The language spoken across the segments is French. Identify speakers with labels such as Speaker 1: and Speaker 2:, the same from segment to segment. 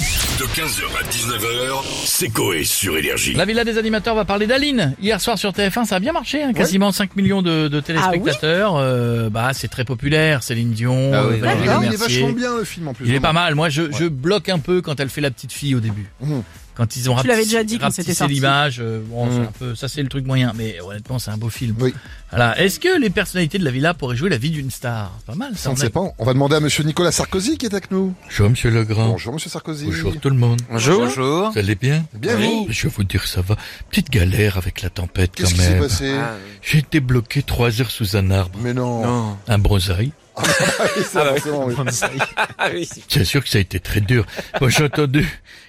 Speaker 1: De 15h à 19h, c'est Coé sur Énergie.
Speaker 2: La Villa des Animateurs va parler d'Aline. Hier soir sur TF1, ça a bien marché, hein, quasiment 5 millions de, de
Speaker 3: Ah
Speaker 2: téléspectateurs. Euh, bah, c'est très populaire, Céline Dion,
Speaker 4: Ah oui,
Speaker 2: Valérie
Speaker 4: d'accord.
Speaker 5: Il est
Speaker 2: Lemercier.
Speaker 5: vachement bien le film en plus.
Speaker 2: Il est pas
Speaker 5: vraiment.
Speaker 2: mal. Moi, je, je bloque un peu quand elle fait la petite fille au début.
Speaker 5: Mhm.
Speaker 2: Quand ils ont
Speaker 3: Tu l'avais déjà dit quand
Speaker 2: rapetissé
Speaker 3: c'était sorti.
Speaker 2: l'image, euh, bon, c'est
Speaker 4: Mhm.
Speaker 2: un peu, ça c'est le truc moyen, mais honnêtement, c'est un beau film.
Speaker 5: Mmh. Oui.
Speaker 2: Voilà. Est-ce que les personnalités de la villa pourraient jouer la vie d'une star Pas mal, ça.
Speaker 5: On ne sait pas. On va demander à monsieur Nicolas Sarkozy qui est avec nous.
Speaker 2: Hein.
Speaker 6: Bonjour Monsieur Legrand.
Speaker 5: Bonjour monsieur Sarkozy.
Speaker 6: Bonjour tout le monde.
Speaker 4: Bonjour.
Speaker 6: Vous allez bien
Speaker 5: Bien vous.
Speaker 6: Je vais vous dire ça va. Petite galère avec la tempête
Speaker 5: Qu'est-ce
Speaker 6: quand
Speaker 5: qui s'est
Speaker 6: même.
Speaker 4: Ah,
Speaker 5: passé
Speaker 6: J'ai été bloqué trois heures sous un arbre,
Speaker 5: Mais non.
Speaker 4: Non.
Speaker 6: un brosaille.
Speaker 5: Oui, c'est forcément, oui.
Speaker 4: Ah oui.
Speaker 6: C'est sûr que ça a été très dur. Moi j'ai entendu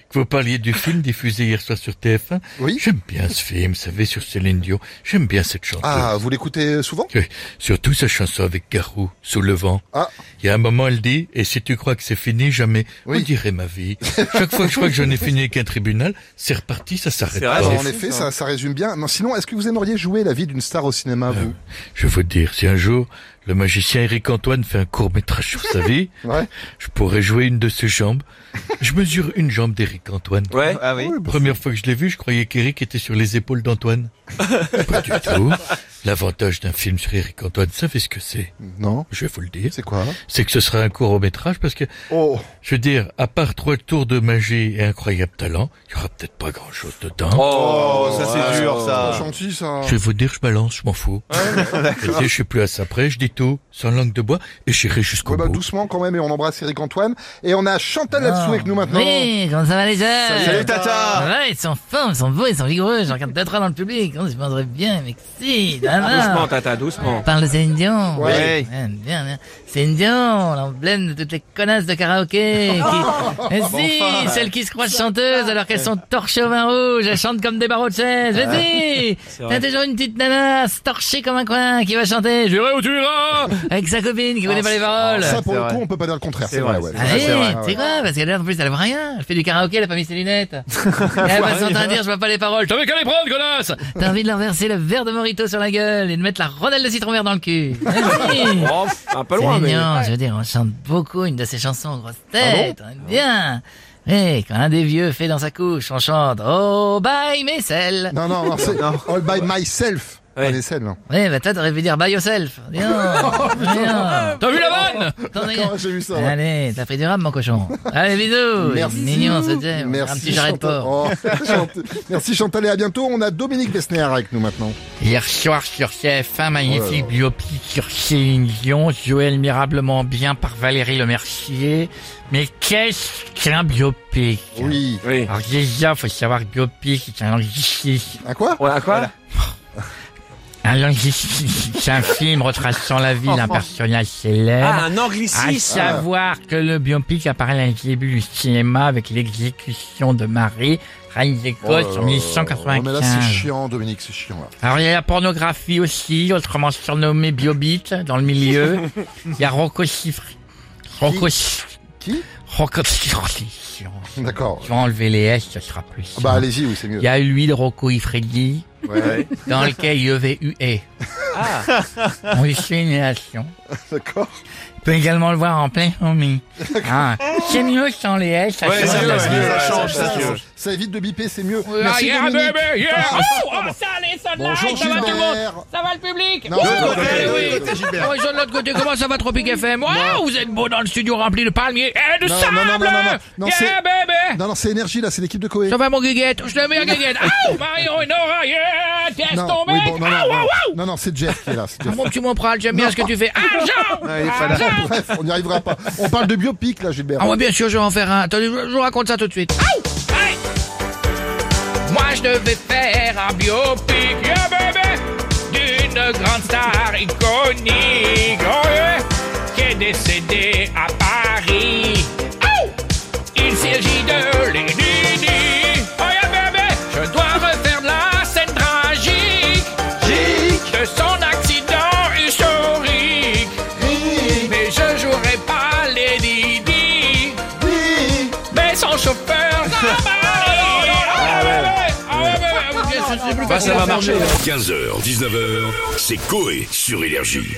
Speaker 6: que vous parliez du film diffusé hier soir sur TF1.
Speaker 5: Oui.
Speaker 6: J'aime bien ce film, vous savez, sur Céline Dion. J'aime bien cette chanson.
Speaker 5: Ah, vous l'écoutez souvent
Speaker 6: Surtout sa chanson avec Garou, sous le vent.
Speaker 5: Ah.
Speaker 6: Il y a un moment, elle dit, et si tu crois que c'est fini, jamais,
Speaker 5: Oui.
Speaker 6: vous direz ma vie. Chaque fois que je crois que j'en ai fini avec un tribunal, c'est reparti, ça s'arrête
Speaker 4: C'est vrai,
Speaker 6: pas.
Speaker 5: Alors,
Speaker 4: c'est
Speaker 5: En
Speaker 4: fou,
Speaker 5: effet,
Speaker 4: Ah, ça.
Speaker 5: ça, ça résume bien. Non, sinon, est-ce que vous aimeriez jouer la vie d'une star au cinéma, vous
Speaker 6: Je veux dire, si un jour le magicien Eric Antoine fait un court métrage sur sa vie,
Speaker 5: Ouais.
Speaker 6: je pourrais jouer une de ses jambes. Je mesure une jambe d'Eric Antoine.
Speaker 4: Ouais. Ah oui.
Speaker 6: Première fois que je l'ai vu, je croyais qu'Eric était sur les épaules d'Antoine. Pas du tout. L'avantage d'un film sur Eric Antoine, vous savez ce que c'est
Speaker 5: Non.
Speaker 6: Je vais vous le dire.
Speaker 5: C'est quoi
Speaker 6: C'est que ce sera un court métrage parce que,
Speaker 5: Oh.
Speaker 6: je veux dire, à part trois tours de magie et incroyable talent, il y aura peut-être pas grand chose dedans.
Speaker 4: Oh, ça c'est
Speaker 5: ouais.
Speaker 4: dur
Speaker 5: C'est
Speaker 4: ça.
Speaker 5: gentil, ça.
Speaker 6: Je vais vous dire, je balance, je m'en fous. je, veux dire, je suis plus à ça près, je dis tout, sans langue de bois, et j'irai jusqu'au
Speaker 5: Ouais, bah,
Speaker 6: bout.
Speaker 5: doucement quand même et on embrasse Eric Antoine et on a Chantal là-dessous avec nous maintenant.
Speaker 7: Oui, comment ça va les gars
Speaker 4: Salut Tata.
Speaker 7: Ouais, ils sont en forme, ils sont beaux, ils sont vigoureux, j'en regarde deux, trois dans le public, on se prendrait bien, mais que si,
Speaker 5: Ah,
Speaker 4: Ah. Doucement
Speaker 7: nana
Speaker 4: Tata,
Speaker 7: On
Speaker 4: doucement.
Speaker 7: parle de Céline Dion
Speaker 4: Ouais.
Speaker 7: Ouais, bien, bien. Céline Dion, l'emblème de toutes les connasses de karaoké
Speaker 4: Ah
Speaker 7: qui... Mais si, celles qui se croient chanteuses alors qu'elles sont torchées au vin rouge, elles chantent comme des barreaux de chaise, vas-y
Speaker 4: C'est vrai.
Speaker 7: T'as toujours une petite nana, torchée comme un coin, qui va chanter « J'irai où tu iras !» avec sa copine qui connaît pas les paroles
Speaker 5: Ça, pour le
Speaker 4: c'est vrai.
Speaker 5: coup, on peut pas dire le contraire.
Speaker 4: C'est
Speaker 5: C'est vrai,
Speaker 4: vrai,
Speaker 5: ouais.
Speaker 7: ah oui,
Speaker 5: C'est vrai, ouais.
Speaker 7: c'est quoi Parce qu'elle en plus elle voit rien. Elle fait du karaoké, elle a pas mis ses lunettes. elle va s'entendre dire je vois pas les paroles. T'avais qu'à les prendre, connasse T'as envie de leur verser le verre de Morito sur la gueule et de mettre la rondelle de citron vert dans le cul. Vas-y.
Speaker 4: Oh, un peu
Speaker 7: C'est
Speaker 4: loin mais.
Speaker 7: mignon, je veux dire, on chante beaucoup une de ces chansons en grosse
Speaker 5: Ah
Speaker 7: tête, on aime bien. Oui, quand un des vieux fait dans sa couche, on chante Oh bye mes selles.
Speaker 5: Non, non, non, c'est All by myself.
Speaker 4: Ouais.
Speaker 5: Pas les selles, non.
Speaker 7: Oui, bah toi t'aurais pu dire bye yourself. Dis donc, dis donc.
Speaker 2: T'as vu la vanne
Speaker 7: Attends,
Speaker 5: D'accord, Oh, j'ai vu ça. ouais.
Speaker 7: Allez, t'as pris du rhum, mon cochon. Allez, bisous.
Speaker 5: Merci.
Speaker 7: Mignon, ça t'aime.
Speaker 5: Merci.
Speaker 7: Un petit jarret de
Speaker 5: Chantal.
Speaker 7: porc.
Speaker 5: Oh, Chantal. Merci Chantal et à bientôt. On a Dominique Besnéer avec nous maintenant.
Speaker 6: Hier soir sur CF1, magnifique
Speaker 5: Oh
Speaker 6: biopic sur Céline Dion, Joël mirablement bien par Valérie Lemercier. Mais qu'est-ce qu'un biopic
Speaker 5: Oui.
Speaker 4: Oui.
Speaker 6: Alors déjà, faut savoir que biopic, c'est un anglicisme.
Speaker 5: À quoi
Speaker 4: Ouais, à quoi
Speaker 6: Un anglicisme, c'est un film retraçant la vie
Speaker 5: Oh.
Speaker 6: d'un personnage célèbre.
Speaker 4: Ah, un
Speaker 6: À
Speaker 4: anglicisme.
Speaker 6: savoir que le biopic apparaît au début du cinéma avec l'exécution de Marie, Reine d'Écosse, en
Speaker 5: Oh, mais là, c'est
Speaker 6: 1895.
Speaker 5: chiant, Dominique, c'est chiant. Là.
Speaker 6: Alors il y a la pornographie aussi, autrement surnommée biobit dans le milieu. Il y a Rocco Chiffre. Rocco Chiffre.
Speaker 5: Qui
Speaker 6: Rocco Chiffre.
Speaker 5: D'accord.
Speaker 6: Je vais enlever les S, ce sera plus.
Speaker 5: Ah Bah, allez-y, oui, c'est mieux.
Speaker 6: Il y a lui de Rocco Ifredi,
Speaker 5: Ouais,
Speaker 6: dans lequel il y avait E. UE. Ah. On lui fait une nation.
Speaker 5: D'accord.
Speaker 6: On peut également le voir en plein homie. Ah. C'est mieux sans les S, ça
Speaker 4: Ouais,
Speaker 6: change
Speaker 4: c'est
Speaker 6: la
Speaker 4: mieux,
Speaker 6: vie.
Speaker 4: ouais, ça change,
Speaker 5: ça,
Speaker 4: ça change.
Speaker 5: ça évite de biper, c'est mieux.
Speaker 2: Euh,
Speaker 6: Ah,
Speaker 5: Merci,
Speaker 6: yeah,
Speaker 5: Dominique. Ah,
Speaker 6: baby, yeah. Oh, oh,
Speaker 2: Ça, les
Speaker 5: Bonjour,
Speaker 2: ça va tout le monde
Speaker 5: Gilbert.
Speaker 2: Ça va le public
Speaker 5: Non, de l'autre côté,
Speaker 2: oui.
Speaker 5: de l'autre côté, Gilbert.
Speaker 2: Oh, ils sont de l'autre côté, comment ça va Tropic FM Waouh, vous êtes beau dans le studio rempli de palmiers et de
Speaker 5: Non, non,
Speaker 2: sable
Speaker 5: non, non, non, non. Non,
Speaker 2: Yeah,
Speaker 5: c'est-
Speaker 2: bébé
Speaker 5: Non, non, c'est énergie, là, c'est l'équipe de Coé.
Speaker 2: Ça va mon guiguette Je te mets à guiguette Oh, Marion et Nora, yeah T'es
Speaker 5: Non,
Speaker 2: ton
Speaker 5: oui,
Speaker 2: mec
Speaker 5: bon, non, non,
Speaker 2: Ah, waouh,
Speaker 5: non,
Speaker 2: waouh
Speaker 5: non, non, c'est Jeff qui est là. c'est Jeff.
Speaker 2: Mon petit Montpral, j'aime bien ce que tu fais Argent
Speaker 4: Ah,
Speaker 2: Argent
Speaker 5: Bref, on n'y arrivera pas. On parle de biopic, là, Gilbert.
Speaker 2: Ah ouais, bien sûr, je vais en faire un. Attendez, je je vous raconte ça tout de suite. Aïe Moi, je devais faire un biopic, yeah, baby, d'une grande star iconique, oh, yeah, qui est décédée à Paris. Aïe Il s'agit de Lénini. Oh, yeah, baby, je dois refaire de la scène tragique de son accident historique. Mais je jouerai pas les Didi. Mais son chauffeur, ça va
Speaker 4: Ça, ça va marcher.
Speaker 1: 15h, 19h, c'est Coé sur Énergie.